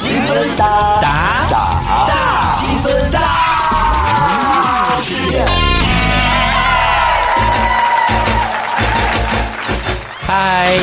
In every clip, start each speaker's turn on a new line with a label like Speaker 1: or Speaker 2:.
Speaker 1: 分打打打大积分大世界。
Speaker 2: 嗨，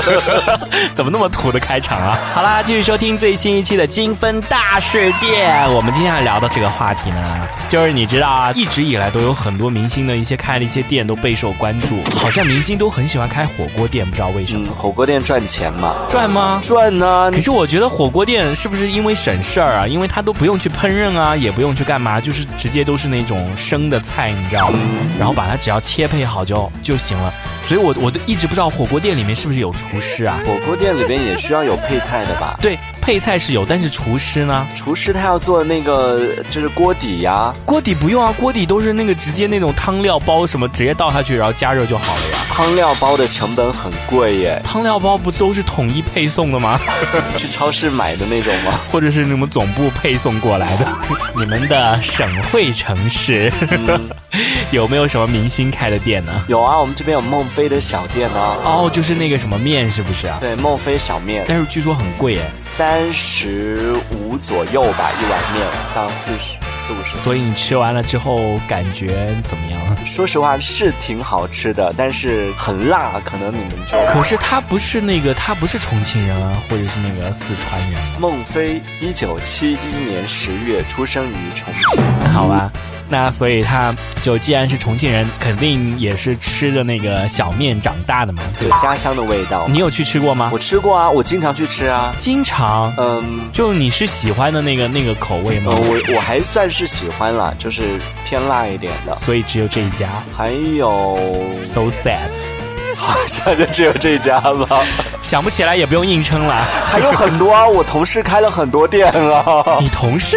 Speaker 3: 怎么那么土的开场啊？
Speaker 2: 好啦，继续收听最新一期的《精分大世界》。我们今天要聊的这个话题呢，
Speaker 3: 就是你知道啊，一直以来都有很多明星的一些开了一些店都备受关注，好像明星都很喜欢开火锅店，不知道为什么
Speaker 1: 嗯，火锅店赚钱嘛，
Speaker 3: 赚吗？
Speaker 1: 赚啊呢、
Speaker 3: 可是我觉得火锅店是不是因为省事儿啊？因为它都不用去烹饪啊，也不用去干嘛，就是直接都是那种生的菜，你知道吗？然后把它只要切配好就就行了。所以我我都一直不知道火锅店里面是不是有厨师啊？
Speaker 1: 火锅店里边也需要有配菜的吧？
Speaker 3: 对，配菜是有，但是厨师呢？
Speaker 1: 厨师他要做那个就是锅底呀、
Speaker 3: 锅底不用啊，锅底都是那个直接那种汤料包什么，直接倒下去然后加热就好了呀。
Speaker 1: 汤料包的成本很 贵耶，
Speaker 3: 汤料包不都是统一配送的吗？
Speaker 1: 去超市买的那种吗？
Speaker 3: 或者是你们总部配送过来的？ 你们的省会城市、 有没有什么明星开的店呢？
Speaker 1: 有啊，我们这边有孟非的小店啊，
Speaker 3: 哦，就是那个什么面是不是啊？
Speaker 1: 对，孟非小面，
Speaker 3: 但是据说很贵哎，
Speaker 1: 三十五左右吧，一碗面到四十四五十。
Speaker 3: 所以你吃完了之后感觉怎么样？
Speaker 1: 说实话是挺好吃的，但是很辣，可能你们就。
Speaker 3: 可是他不是那个，他不是重庆人啊，或者是那个四川人啊
Speaker 1: 孟非一九七一年十月出生于重庆，
Speaker 3: 好吧，那所以他就既然是重庆人，肯定也是吃着那个小面长大的嘛。
Speaker 1: 有家乡的味道。
Speaker 3: 你有去吃过吗呃
Speaker 1: 我？吃过啊，我经常去吃啊。
Speaker 3: 经常，
Speaker 1: 嗯，
Speaker 3: 就你是喜欢的那个那个口味吗
Speaker 1: 呃，？我我还算是喜欢啦，就是偏辣一点的。
Speaker 3: 所以只有这一家
Speaker 1: 还有，
Speaker 3: ，so sad，
Speaker 1: 好像就只有这家吧，
Speaker 3: 想不起来也不用硬撑了。
Speaker 1: 还有很多啊，我同事开了很多店啊，
Speaker 3: 你同事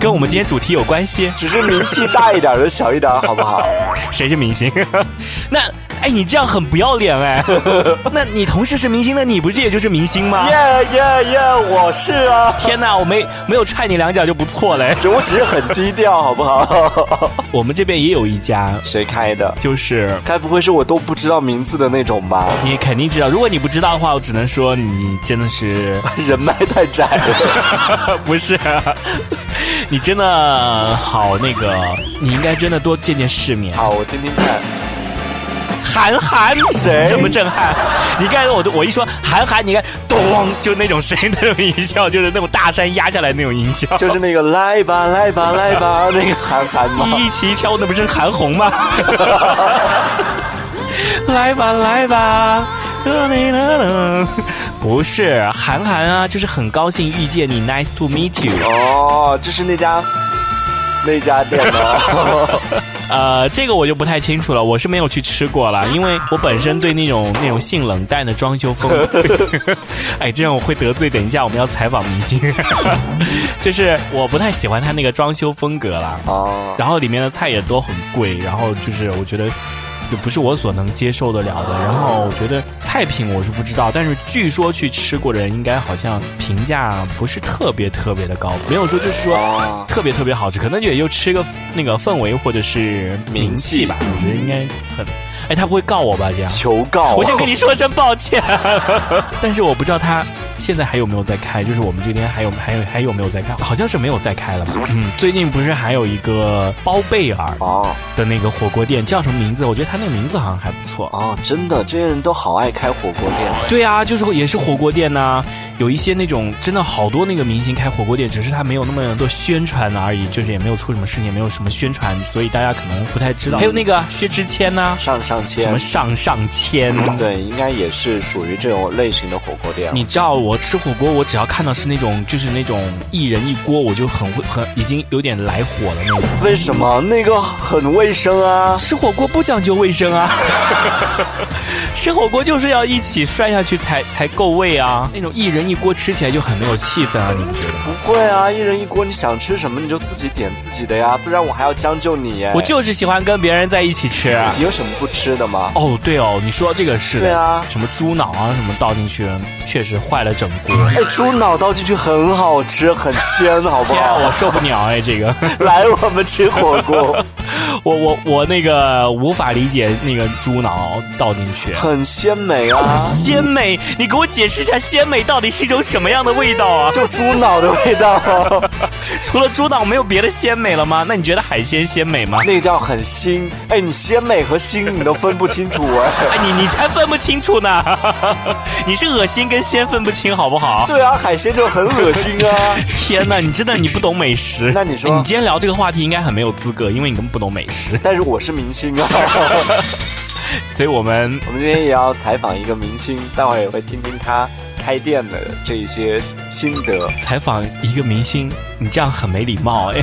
Speaker 3: 跟我们今天主题有关系？
Speaker 1: 只是名气大一点儿的小一点儿，好不好？
Speaker 3: 谁是明星？那哎，你这样很不要脸哎。那你同事是明星，那你不是也就是明星吗？
Speaker 1: 耶耶耶，我是啊，
Speaker 3: 天哪，我没没有踹你两脚就不错嘞。
Speaker 1: 只我只是很低调，好不好？
Speaker 3: 我们这边也有一家，
Speaker 1: 谁开的？
Speaker 3: 就是
Speaker 1: 该不会是我都不知道名字的那种吧？
Speaker 3: 你肯定知道，如果你不知道的话，我只能说你真的是
Speaker 1: 人脉太窄了，
Speaker 3: 不是，你真的好那个，你应该真的多见见世面。
Speaker 1: 好，我听听看。
Speaker 3: 韩寒
Speaker 1: 谁
Speaker 3: 震不震撼？你刚才我都我一说韩寒，你看咚，就那种声音，那种音效，就是那种大山压下来那种音效。
Speaker 1: 就是那个来吧来吧来吧，那个韩寒吗？
Speaker 3: 一起跳舞，那不是韩红 吗？来吧，来 吧，不是韩寒啊，就是很高兴遇见你，nice to meet you。
Speaker 1: 哦，就是那家那家店哦。
Speaker 3: 呃，这个我就不太清楚了，我是没有去吃过了，因为我本身对那种那种性冷淡的装修风格， 哎，这样我会得罪。等一下我们要采访明星， 就是我不太喜欢他那个装修风格啦。
Speaker 1: 哦，
Speaker 3: 然后里面的菜也都很贵，然后就是我觉得就不是我所能接受得了的。然后我觉得菜品我是不知道，但是据说去吃过的人应该好像评价不是特别特别的高，没有说就是
Speaker 1: 哦
Speaker 3: 说特别特别好吃，可能也就吃个那个氛围或者是名气吧。我觉得应该很，哎，他不会告我吧？这样，
Speaker 1: 求告，啊
Speaker 3: 我先跟你说声抱歉。但是我不知道他现在还有没有在开，就是我们这边还有还有还有没有在开？好像是没有在开了吧？嗯，最近不是还有一个包贝尔
Speaker 1: 哦
Speaker 3: 的那个火锅店，叫什么名字？我觉得他那个名字好像还不错。
Speaker 1: 哦，真的，这些人都好爱开火锅店。
Speaker 3: 对啊，就是也是火锅店呐、有一些那种真的好多那个明星开火锅店，只是他没有那么多宣传而已，就是也没有出什么事情，也没有什么宣传，所以大家可能不太知道。啊还有那个薛之谦呐、
Speaker 1: 上上
Speaker 3: 什
Speaker 1: 签
Speaker 3: 么，上上签，
Speaker 1: 对，应该也是属于这种类型的火锅店。啊
Speaker 3: 你知道我吃火锅，我只要看到是那种就是那种一人一锅，我就很会很已经有点来火了那种。
Speaker 1: 为什么那个很卫生啊？
Speaker 3: 吃火锅不讲究卫生啊， 吃火锅就是要一起涮下去才才够味啊。那种一人一锅吃起来就很没有气氛啊，你们觉得？
Speaker 1: 不会啊，一人一锅，你想吃什么你就自己点自己的呀，不然我还要将就你耶。
Speaker 3: 我就是喜欢跟别人在一起吃。
Speaker 1: 你有什么不吃的吗？
Speaker 3: 哦，对哦，你说这个是的
Speaker 1: 对啊
Speaker 3: 什么猪脑啊什么倒进去，确实坏了整锅。
Speaker 1: 哎，猪脑倒进去很好吃，很鲜，好不
Speaker 3: 天啊，
Speaker 1: 好？
Speaker 3: 我受不了哎，这个。
Speaker 1: 来，我们吃火锅。
Speaker 4: 我我我那个无法理解那个猪脑倒进去。
Speaker 1: 很鲜美啊，
Speaker 3: 鲜美，你给我解释一下鲜美到底是一种什么样的味道啊？
Speaker 1: 就猪脑的味道、
Speaker 3: 除了猪脑，没有别的鲜美了吗？那你觉得海鲜鲜美吗？
Speaker 1: 那个叫很腥。哎，你鲜美和腥你都分不清楚哎。
Speaker 3: 哎，你你才分不清楚呢， 你是恶心跟鲜分不清，好不好？
Speaker 1: 对啊，海鲜就很恶心啊。
Speaker 3: 天哪，你真的你不懂美食。
Speaker 1: 那你说
Speaker 3: 哎你今天聊这个话题应该很没有资格，因为你根本不懂美 食，
Speaker 1: 但是我是明星啊，
Speaker 3: 所以我们
Speaker 1: 我们今天也要采访一个明星，待会儿也会听听他开店的这一些心得。
Speaker 3: 采访一个明星，你这样很没礼貌哎。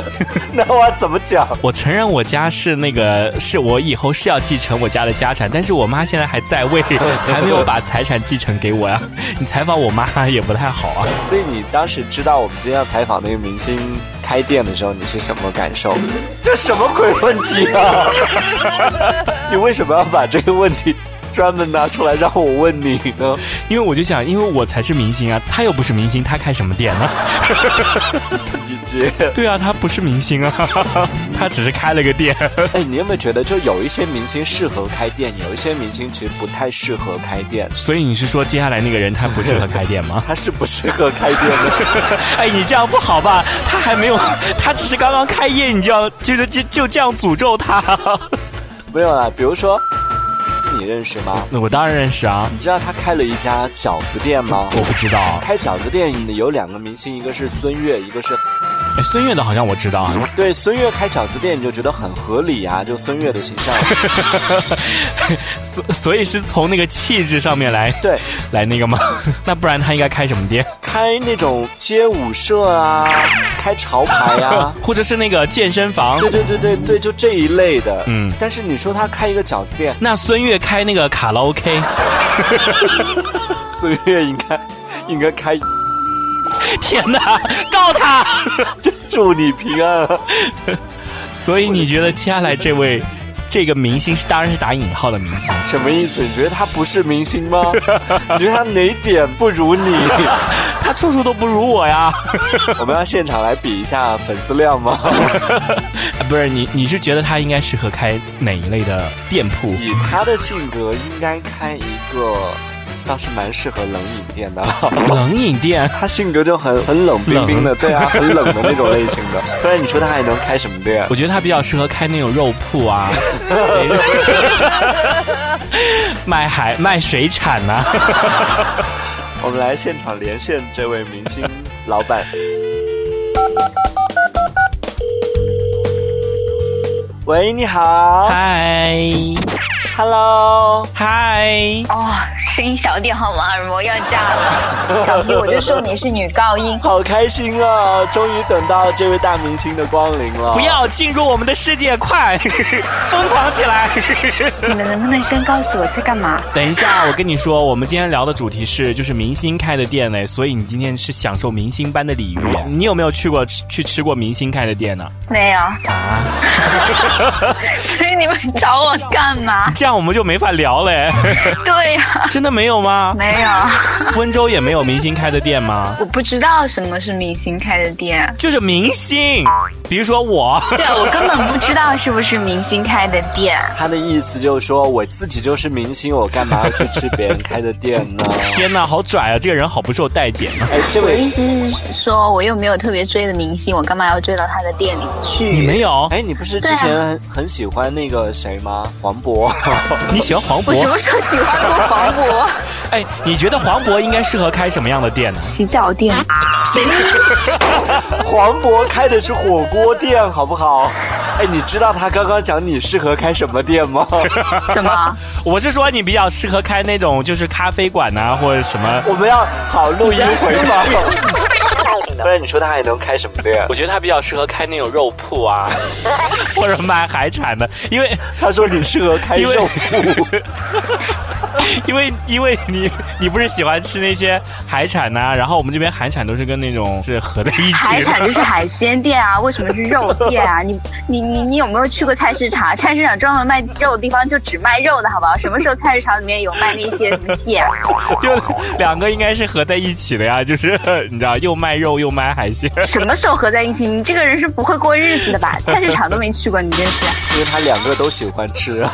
Speaker 1: 那我怎么讲？
Speaker 3: 我承认我家是那个，是我以后是要继承我家的家产，但是我妈现在还在 位，还没有把财产继承给我呀、啊你采访我妈也不太好啊。
Speaker 1: 所以你当时知道我们今天要采访那个明星开店的时候，你是什么感受？ 这什么鬼问题 啊！你为什么要把这个问题专门拿出来让我问你呢？
Speaker 3: 因为我就想，因为我才是明星啊，她又不是明星，她开什么店呢？
Speaker 1: 自己接。
Speaker 3: 对啊，她不是明星啊， 她只是开了个店。
Speaker 1: 哎，你有没有觉得，就有一些明星适合开店，有一些明星其实不太适合开 店？
Speaker 3: 所以你是说接下来那个人他不适合开店吗？
Speaker 1: 他是不适合开店的。
Speaker 3: 哎，你这样不好吧？他还没有，他只是刚刚开业，你就要就是就就这样诅咒他？
Speaker 1: 没有啦，比如说，你认识吗？
Speaker 3: 那我当然认识啊，
Speaker 1: 你知道他开了一家饺子店吗？
Speaker 3: 我不知道。
Speaker 1: 开饺子店的有两个明星，一个是孙悦，一个是
Speaker 3: 哎，孙悦的好像我知道啊，
Speaker 1: 对孙悦开饺子店，你就觉得很合理啊，就孙悦的形象。
Speaker 3: 所所以是从那个气质上面来
Speaker 1: 对，
Speaker 3: 来那个吗？ 那不然他应该开什么店？，
Speaker 1: 开那种街舞社啊，开潮牌啊
Speaker 3: 或者是那个健身房
Speaker 1: 对？对对对对，就这一类的。
Speaker 3: 嗯
Speaker 1: 嗯，但是你说他开一个饺子店，
Speaker 3: 那孙悦开那个卡拉 OK？
Speaker 1: 孙悦应该应该开，
Speaker 3: 天哪，告他！
Speaker 1: 祝你平安。啊
Speaker 3: 所以你觉得接下来这位这个明星是当然是打引号的明星，
Speaker 1: 什么意思？你觉得他不是明星吗？你觉得他哪点不如你？
Speaker 3: 他处处都不如我呀。
Speaker 1: 我们要现场来比一下粉丝量吗？
Speaker 3: 啊不是你，你是觉得他应该适合开哪一类的店铺？
Speaker 1: 以他的性格，应该开一个，倒是蛮适合冷饮店的。
Speaker 3: 冷饮店，
Speaker 1: 他性格就很很冷冰冰的，对啊，很冷的那种类型的。 不然你说他还能开什么店？
Speaker 3: 我觉得他比较适合开那种肉铺啊， 卖海卖水产啊呐、
Speaker 1: 我们来现场连线这位明星老板。喂，你好
Speaker 3: 嗨
Speaker 1: ，Hello，
Speaker 3: 嗨，
Speaker 5: 哦，声音小点好吗？耳膜要炸 了，小 P，我就说你是女高音。
Speaker 1: 好开心啊！终于等到这位大明星的光临了。
Speaker 3: 不，要进入我们的世界，快疯狂起来！
Speaker 5: 你们能不能先告诉我在干嘛？
Speaker 3: 等一下，我跟你说，我们今天聊的主题是就是明星开的店嘞，所以你今天是享受明星般的礼遇。啊你有没有去过去吃过明星开的店呢？
Speaker 5: 没有，
Speaker 3: 啊，
Speaker 5: 所以你们找我干嘛？
Speaker 3: 这样我们就没法聊嘞。
Speaker 5: 对呀、
Speaker 3: 真的没有吗？
Speaker 5: 没有，
Speaker 3: 温州也没有明星开的店吗？
Speaker 5: 我不知道什么是明星开的店。
Speaker 3: 就是明星，比如说我，
Speaker 5: 对，我根本不知道是不是明星开的店。
Speaker 1: 他的意思就是说，我自己就是明星，我干嘛要去吃别人开的店呢？
Speaker 3: 天哪，好拽啊！这个人好不受待见啊！
Speaker 1: 哎，这
Speaker 5: 我的
Speaker 1: 位，
Speaker 5: 意思是说，我又没有特别追的明星，我干嘛要追到他的店里去？
Speaker 3: 你没有？
Speaker 1: 哎，你不是之前很很喜欢那个谁吗？黄 渤。
Speaker 3: 你喜欢黄
Speaker 5: 我什
Speaker 3: 渤？
Speaker 5: 么时候喜欢过黄 渤？
Speaker 3: 哎，你觉得黄渤应该适合开什么样的店 呢？
Speaker 5: 洗脚店。
Speaker 1: 黄渤开的是火锅店，好不 好？哎，你知道他刚刚讲你适合开什么店吗？
Speaker 5: 什么？
Speaker 3: 我是说你比较适合开那种就是咖啡馆呐、或者什么。
Speaker 1: 我们要好录音回放。 不然你说他还能开什么店？
Speaker 3: 觉得他比较适合开那种肉铺啊， 或者卖海产的，因为
Speaker 1: 他说你适合开
Speaker 3: 因为
Speaker 1: 肉铺，
Speaker 3: 因为因为你你不是喜欢吃那些海产呐、然后我们这边海产都是跟那种是合在一起的，
Speaker 5: 海产就是海鲜店啊，为什么是肉店啊？你你你你有没有去过菜市场？菜市场专门卖肉的地方就只卖肉的好不好？什么时候菜市场里面有卖那些什么蟹啊？
Speaker 3: 就两个应该是合在一起的呀，就是 你知道又卖肉又卖海鲜，
Speaker 5: 什么时候合在一起？你这个人是不会过日子的吧？菜市场都没去过，你真是。
Speaker 1: 因为他两个都喜欢吃啊。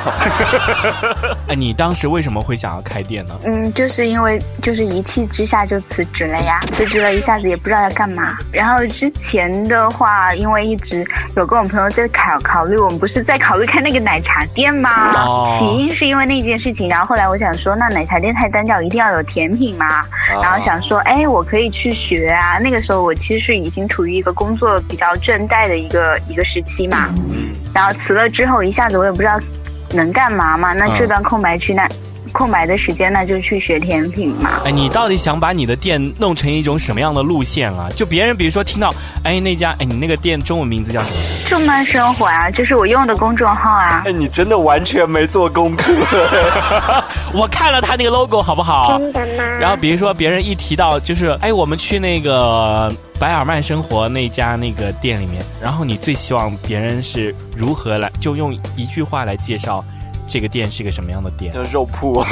Speaker 3: 哎，你当时为什么会想要开店呢？
Speaker 5: 嗯，就是因为就是一气之下就辞职了呀，辞职了一下子也不知道要干嘛。然后之前的话，因为一直有跟我朋友在考考虑，我们不是在考虑开那个奶茶店吗？
Speaker 3: 哦
Speaker 5: 起因是因为那件事情，然后后来我想说，那奶茶店太单调，一定要有甜品嘛。然后想说，哎，我可以去学啊。那个时候我其实已经处于一个工作比较倦怠的一个一个时期嘛。
Speaker 1: 嗯
Speaker 5: 然后辞了之后，一下子我也不知道能干嘛嘛。那
Speaker 1: 嗯
Speaker 5: 这段空白区那、空白的时间，那就去学甜品嘛。
Speaker 3: 哎，你到底想把你的店弄成一种什么样的路线啊？就别人比如说听到，哎，那家哎，你那个店中文名字叫什么？
Speaker 5: 众慢生活啊，就是我用的公众号啊。
Speaker 1: 哎，你真的完全没做功课。
Speaker 3: 我看了他那个 logo 好不好？
Speaker 6: 真的吗？
Speaker 3: 然后比如说别人一提到就是，哎，我们去那个白尔曼生活那家那个店里面，然后你最希望别人是如何来，就用一句话来介绍这个店是个什么样的店？
Speaker 1: 像肉铺 啊，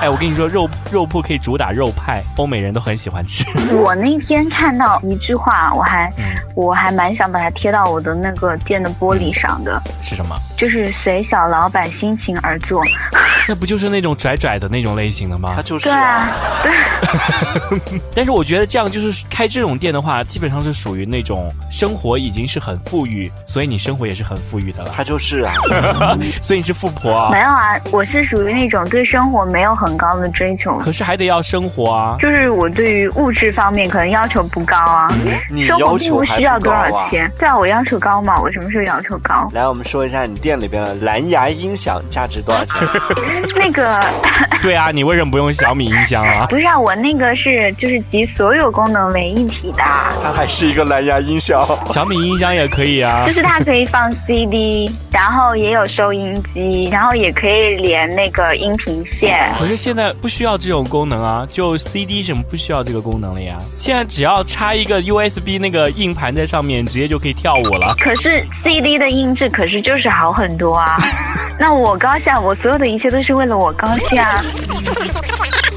Speaker 3: 哎，我跟你说，肉肉铺可以主打肉派，欧美人都很喜欢吃。
Speaker 5: 我那天看到一句话，我还、
Speaker 3: 嗯
Speaker 5: 我还蛮想把它贴到我的那个店的玻璃上的，
Speaker 3: 是什么？
Speaker 5: 就是随小老板心情而做。
Speaker 3: 那不就是那种拽拽的那种类型的吗
Speaker 1: 他？就是
Speaker 5: 对
Speaker 1: 啊。
Speaker 5: 啊，
Speaker 3: 但是我觉得这样就是开这种店的话，基本上是属于那种生活已经是很富裕，所以你生活也是很富裕的了，
Speaker 1: 他就是啊，
Speaker 3: 所以你是富婆啊
Speaker 1: 哦
Speaker 5: 没。有啊，我是属于那种对生活没有很高的追求，
Speaker 3: 可是还得要生活 啊！
Speaker 5: 就是我对于物质方面可能要求不高啊，
Speaker 1: 你
Speaker 5: 生活
Speaker 1: 要
Speaker 5: 并
Speaker 1: 求
Speaker 5: 不
Speaker 1: 还
Speaker 5: 需要
Speaker 1: 不高
Speaker 5: 多少
Speaker 1: 啊。
Speaker 5: 钱。对啊，我要求高嘛，我什么时候要
Speaker 1: ？
Speaker 5: 求高
Speaker 1: 来，我们说一下你店里边的蓝牙音响价值多少 钱？
Speaker 5: 那个
Speaker 3: 对啊，你为什么不用小米音箱 啊？
Speaker 5: 不是啊，我那个是就是集所有功能为一体的，啊
Speaker 1: 它还是一个蓝牙音响，
Speaker 3: 小米音箱也可以啊
Speaker 5: 就。是它可以放 CD，然后也有收音机，然后也可以连那个音频线。
Speaker 3: 可是现在不需要这种功能啊，就 CD 什么不需要这个功能了呀。现在只要插一个 USB 那个硬盘在上面，直接就可以跳舞了。
Speaker 5: 可是 CD 的音质可是就是好很多啊。那我高下，我所有的一切都是为了我高下。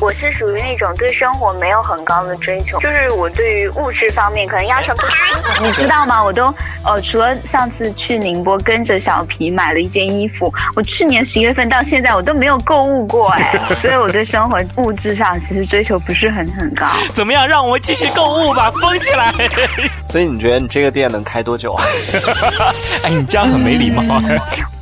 Speaker 5: 我是属于那种对生活没有很高的追求，就是我对于物质方面可能要求不高。你知道吗？我都呃，除了上次去宁波跟着小皮买了一件衣服，我去年十月份到现在我都没有购物过哎，所以我对生活物质上其实追求不是很很高。
Speaker 3: 怎么样？让我们继续购物吧，疯起来！
Speaker 1: 所以你觉得你这个店能开多久啊？
Speaker 3: 哎，你这样很没礼貌。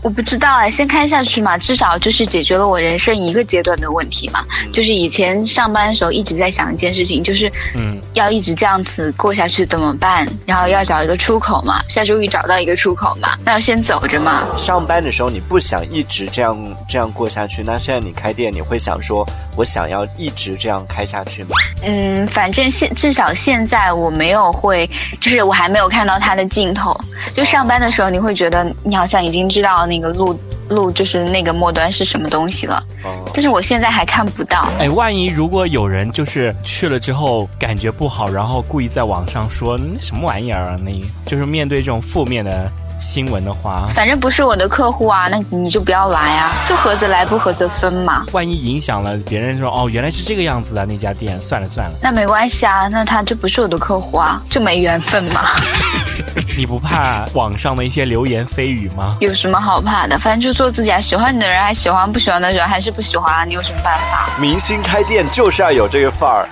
Speaker 5: 我不知道哎，先开下去嘛，至少就是解决了我人生一个阶段的问题嘛。就是以前上班的时候一直在想一件事情，就是
Speaker 3: 嗯，
Speaker 5: 要一直这样子过下去怎么办？然后要找一个出口嘛，下周一找到一个出口嘛，那要先走着嘛。
Speaker 1: 上班的时候你不想一直这样这样过下去，那现在你开店，你会想说，我想要一直这样开下去吗？
Speaker 5: 嗯，反正现至少现在我没有会，就是我还没有看到它的尽头。就上班的时候，你会觉得你好像已经知道那个路路就是那个末端是什么东西了，
Speaker 1: 哦，
Speaker 5: 但是我现在还看不到。
Speaker 3: 哎，万一如果有人就是去了之后感觉不好，然后故意在网上说那什么玩意儿啊，那就是面对这种负面的新闻的话，
Speaker 5: 反正不是我的客户啊，那你就不要来啊，就合则来，不合则分嘛。
Speaker 3: 万一影响了别人说哦原来是这个样子的那家店，算了算 了，
Speaker 5: 那没关系啊，那他就不是我的客户啊，就没缘分嘛，
Speaker 3: 你不怕网上的一些流言蜚语吗？
Speaker 5: 有什么好怕的？反正就做自己啊，喜欢你的人还喜欢，不喜欢的人还是不喜欢啊，你有什么办法？
Speaker 1: 明星开店就是要有这个范儿，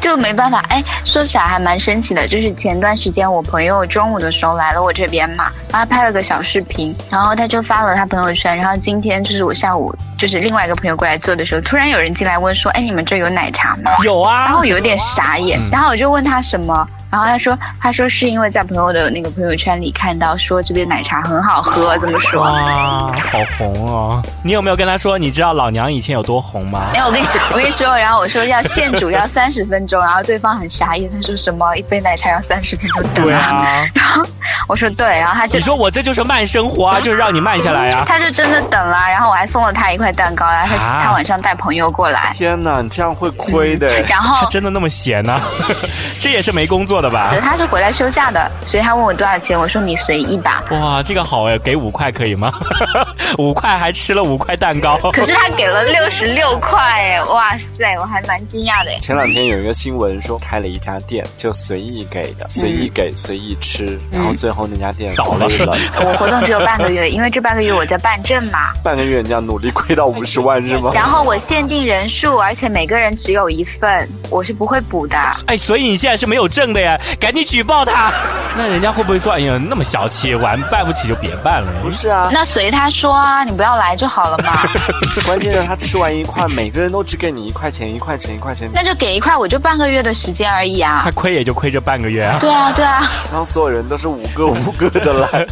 Speaker 5: 就没办法。哎，说起来还蛮神奇的，就是前段时间我朋友中午的时候来了我这边嘛，然后他拍了个小视频，然后他就发了他朋友圈，然后今天就是我下午就是另外一个朋友过来做的时候，突然有人进来问说，哎，你们这儿有奶茶吗？
Speaker 3: 有
Speaker 5: 然
Speaker 3: 啊
Speaker 5: 后，有点傻眼，
Speaker 3: 嗯
Speaker 5: 然后我就问他什么，然后他说，他说是因为在朋友的那个朋友圈里看到说这边奶茶很好喝，这么说。
Speaker 3: 啊哇，好红哦！你有没有跟他说你知道老娘以前有多红吗？
Speaker 5: 没有，我跟你我跟你说，然后我说要限主要三十分钟，然后对方很傻眼，他说什么一杯奶茶要三十分钟等
Speaker 3: 对啊，
Speaker 5: 然后 我说对，然后他就
Speaker 3: 你说我这就是慢生活啊，就是让你慢下来啊。
Speaker 5: 他就真的等了，然后我还送了他一块蛋糕，然后他、
Speaker 3: 啊
Speaker 5: 他晚上带朋友过来，
Speaker 1: 天哪，你这样会亏的。
Speaker 5: 然
Speaker 3: 他
Speaker 5: 后
Speaker 3: 真的那么闲呢、 这也是没工作的吧？
Speaker 5: 他是回来休假的，所以他问我多少钱，我说你随意吧。
Speaker 3: 哇，这个好哎，给五块可以吗？ 五块还吃了五块蛋糕。
Speaker 5: 可是他给了六十六块，哎，哇塞，我还蛮惊讶的。哎
Speaker 1: 前两天有一个新闻说开了一家店，就随意给的，随意给，随意吃，然后最后那家店
Speaker 3: 倒了
Speaker 1: 亏了，
Speaker 5: 我活动只有半个月，因为这半个月我在办证嘛，
Speaker 1: 半个月人家努力亏到五十万是吗？
Speaker 5: 然后我限定人数，而且每个人只有一份，我是不会补的。
Speaker 3: 哎，所以你现在是没有证的呀，赶紧举报他。那人家会不会说，哎呀，那么小气，玩办不起就别办了？
Speaker 1: 不是啊，
Speaker 5: 那随他说啊，你不要来就好了嘛。
Speaker 1: 关键是他吃完一块，每个人都只给你一块钱，一块钱，一块钱，
Speaker 5: 那就给一块，我就半个月的时间而已啊
Speaker 3: 他。亏也就亏这半个月啊，
Speaker 5: 对啊，对啊，
Speaker 1: 然后所有人都是五个五个的来，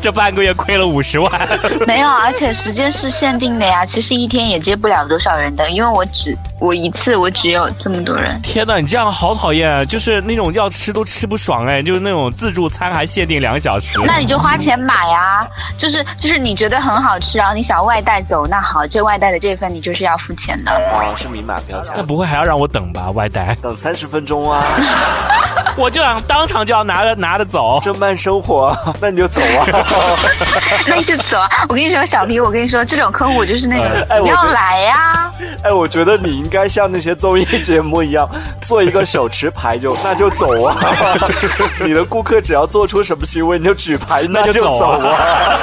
Speaker 3: 这半个月亏了五十万。
Speaker 5: 没有，而且时间是限定的呀。其实一天也接不了多少人的，因为我只我一次我只有这么多人。
Speaker 3: 天呐，你这样好讨厌啊！就是那种要吃都吃不爽哎，就是那种自助餐还限定两小时。
Speaker 5: 那你就花钱买啊，就是就是你觉得很好吃，然后你想外带走，那好，这外带的这份你就是要付钱的。
Speaker 1: 啊，是明码标价
Speaker 3: 那。不会还要让我等吧？外带，
Speaker 1: 等三十分钟啊，
Speaker 3: 我就想当场就要拿着拿着走。
Speaker 1: 这慢生活， 那你就走啊。
Speaker 5: 那你就走啊！我跟你说，小皮，我跟你说，这种客户就是那种、
Speaker 1: 哎我
Speaker 5: 不要
Speaker 1: 觉得
Speaker 5: 来呀、
Speaker 1: 哎，我觉得你应该像那些综艺节目一样，做一个手持牌就 那就走啊。你的顾客只要做出什么行为，你就举牌，那
Speaker 3: 就
Speaker 1: 就
Speaker 3: 走啊
Speaker 1: 走啊。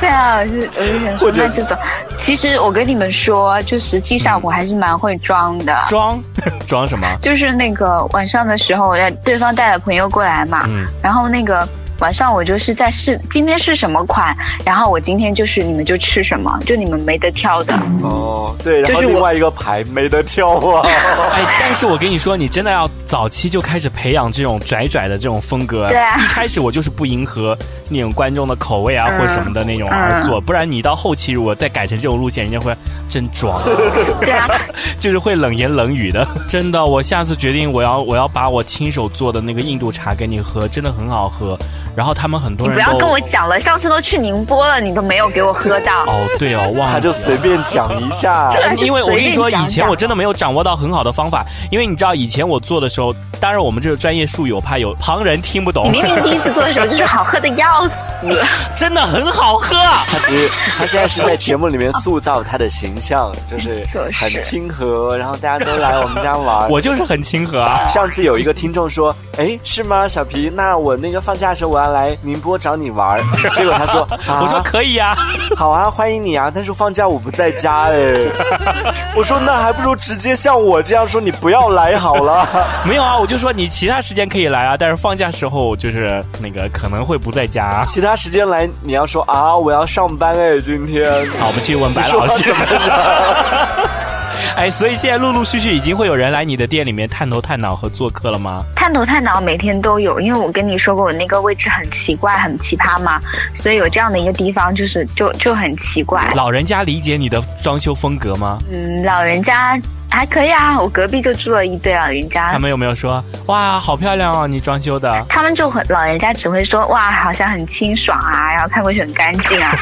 Speaker 5: 对啊，我就我就想
Speaker 1: 或
Speaker 5: 说
Speaker 1: 者
Speaker 5: 那就走。其实我跟你们说，就实际上我还是蛮会装的。
Speaker 3: 装 装什么？
Speaker 5: 就是那个晚上的时候，我带对方带了朋友过来嘛，
Speaker 3: 嗯
Speaker 5: 然后那个晚上我就是在试今天是什么款，然后我今天就是你们就吃什么，就你们没得挑的。
Speaker 1: 哦，对，然后
Speaker 5: 就是我
Speaker 1: 另外一个牌没得挑啊。
Speaker 3: 哎，但是我跟你说，你真的要早期就开始培养这种拽拽的这种风格。
Speaker 5: 对啊
Speaker 3: 一开始我就是不迎合那种观众的口味啊，
Speaker 5: 嗯
Speaker 3: 或什么的那种而做，不然你到后期如果再改成这种路线，人家会真装 啊、
Speaker 5: 对啊，
Speaker 3: 就是会冷言冷语的。 真的，我下次决定我要我要把我亲手做的那个印度茶给你喝，真的很好喝。然后他们很多
Speaker 5: 你
Speaker 3: 人
Speaker 5: 不
Speaker 3: 都
Speaker 5: 要跟我讲了，上次都去宁波了，你都没有给我喝到。
Speaker 3: 哦，对哦，忘了
Speaker 1: 他就随便讲一下，
Speaker 3: 嗯因为我跟你说，
Speaker 5: 随便讲
Speaker 3: 以前我
Speaker 5: 讲
Speaker 3: 真的没有掌握到很好的方法，因为你知道，以前我做的时候，当然我们这个专业术语，我怕有旁人听不
Speaker 5: 你
Speaker 3: 懂，
Speaker 5: 明明第一次做的时候就是好喝的要死，
Speaker 3: 真的很好喝。
Speaker 1: 他只是他现在是在节目里面塑造他的形象，就是很亲和，然后大家都来我们家玩。
Speaker 3: 我就是很亲和啊，
Speaker 1: 上次有一个听众说：“哎，是吗，小皮？那我那个放假的时候我要来宁波找你玩儿。” 结果他说：“
Speaker 3: 我说
Speaker 1: 啊
Speaker 3: 可以呀、
Speaker 1: 好啊，欢迎你啊，但是放假我不在家哎。 我说那还不如直接像我这样说你不要来好了。
Speaker 3: 没有啊，我就说你其他时间可以来啊，但是放假时候就是那个可能会不在家、啊。
Speaker 1: 其他时间来你要说啊，我要上班哎，今天。
Speaker 3: 好，我们去问白
Speaker 1: 说
Speaker 3: 老师
Speaker 1: 怎么样？
Speaker 3: 哎，所以现在陆陆续续已经会有人来你的店里面探头探脑和做客了吗？
Speaker 5: 探头探脑每天都有，因为我跟你说过我那个位置很奇怪、很奇葩嘛，所以有这样的一个地方就是就就很奇怪。
Speaker 3: 老人家理解你的装修风格吗？
Speaker 5: 嗯，老人家还可以啊，我隔壁就住了一对老人
Speaker 3: 他
Speaker 1: 啊
Speaker 5: 家，
Speaker 3: 们有没有说哇，好漂亮哦，你装修的？
Speaker 5: 他们就很老人家只会说哇，好像很清爽啊，然后看过去很干净 啊，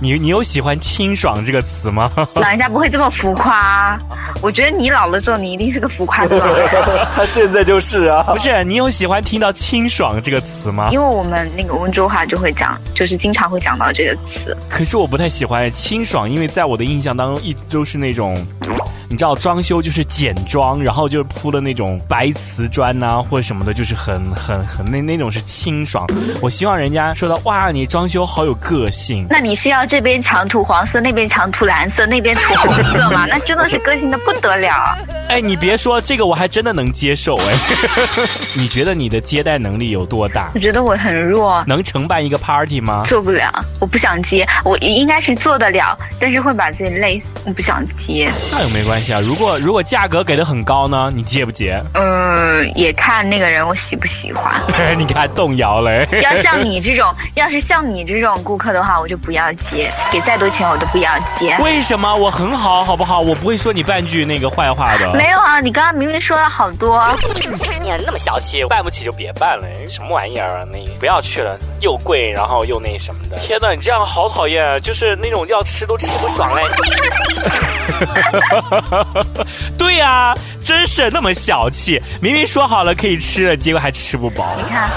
Speaker 3: 你你有喜欢“清爽”这个词吗？
Speaker 5: 老人家不会这么浮夸、啊。我觉得你老了之后，你一定是个浮夸的老人，
Speaker 1: 他现在就是啊
Speaker 3: 不，是，你有喜欢听到“清爽”这个词吗？
Speaker 5: 因为我们那个温州话就会讲，就是经常会讲到这个词。
Speaker 3: 可是我不太喜欢“清爽”，因为在我的印象当中，一直都是那种，你知道，装修就是简装，然后就是铺的那种白瓷砖呐、或者什么的，就是很很很那那种是清爽。我希望人家说到哇，你装修好有个性。
Speaker 5: 那你是要这边墙涂黄色，那边墙涂蓝色，那边涂红色吗？那真的是个性的不得了。啊
Speaker 3: 哎，你别说这个，我还真的能接受哎。 你觉得你的接待能力有多大？
Speaker 5: 我觉得我很弱，
Speaker 3: 能承办一个 party 吗？
Speaker 5: 做不了，我不想接。我应该是做得了，但是会把自己累死，我不想接。
Speaker 3: 那也没关系啊。如果如果价格给的很高呢，你接不接？
Speaker 5: 嗯，也看那个人我喜不喜欢。
Speaker 3: 你看动摇了哎。
Speaker 5: 要像你这种，要是像你这种顾客的话，我就不要接，给再多钱我都不要接。
Speaker 3: 为什么我很好，好不好？我不会说你半句那个坏话的。
Speaker 5: 没有啊，你刚刚明明说了好多。
Speaker 3: 你那么小气，办不起就别办了，什么玩意儿啊？那不要去了，又贵，然后又那什么的。天哪，你这样好讨厌啊！就是那种要吃都吃不爽嘞。 对呀、真是那么小气，明明说好了可以吃了，结果还吃不饱。
Speaker 5: 你看，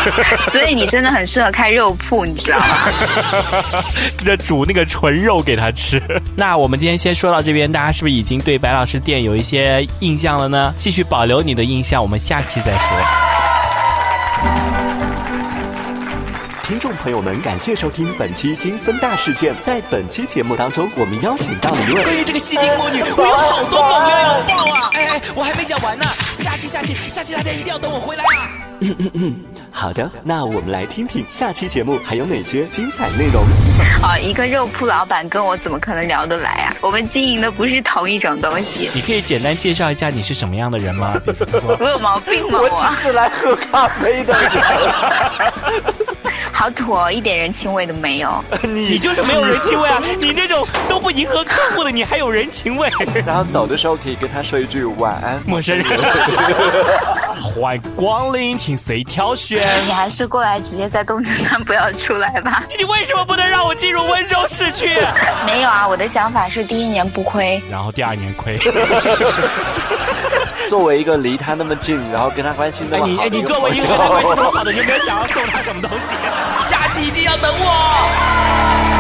Speaker 5: 所以你真的很适合开肉铺，你知道 吗？
Speaker 3: 这煮那个纯肉给他吃。那我们今天先说到这边，大家是不是已经对白老师店有一些印象了呢？继续保留你的印象，我们下期再说。
Speaker 1: 听众朋友们，感谢收听本期《金分大事件》。在本期节目当中，我们邀请到了一位
Speaker 4: 关于这个戏精魔女，我有好多猛料要爆啊！哎哎，我还没讲完呢，下期下期下期大家一定要等我回来啊！
Speaker 1: 好的，那我们来听听下期节目还有哪些精彩内容。
Speaker 5: 啊，一个肉铺老板跟我怎么可能聊得来啊？我们经营的不是同一种东西，
Speaker 3: 你可以简单介绍一下你是什么样的人吗？比如说，
Speaker 5: 我有毛病 吗？
Speaker 1: 我
Speaker 5: 我
Speaker 1: 只是来喝咖啡的人，
Speaker 5: 好土哦，一点人情味都没有。
Speaker 3: 你
Speaker 1: 你
Speaker 3: 就是没有人情味啊！你这种都不迎合客户的，你还有人情味？
Speaker 1: 然后走的时候可以跟他说一句晚安。
Speaker 3: 陌生人，欢迎光临，请随挑选。
Speaker 5: 你还是过来直接在东直山不要出来吧。
Speaker 3: 你为什么不能让我进入温州市区？
Speaker 5: 没有啊，我的想法是第一年不亏。
Speaker 3: 然后第二年亏。
Speaker 1: 作为一个离他那么近，然后跟他关系那
Speaker 3: 哎
Speaker 1: 么好
Speaker 3: 你
Speaker 1: 的
Speaker 3: 哎
Speaker 1: 一
Speaker 3: 你
Speaker 1: 个
Speaker 3: 作为一个
Speaker 1: 朋
Speaker 3: 跟
Speaker 1: 友
Speaker 3: 啊他关系那么好的，你有没有想要送他什么东西？下期一定要等我。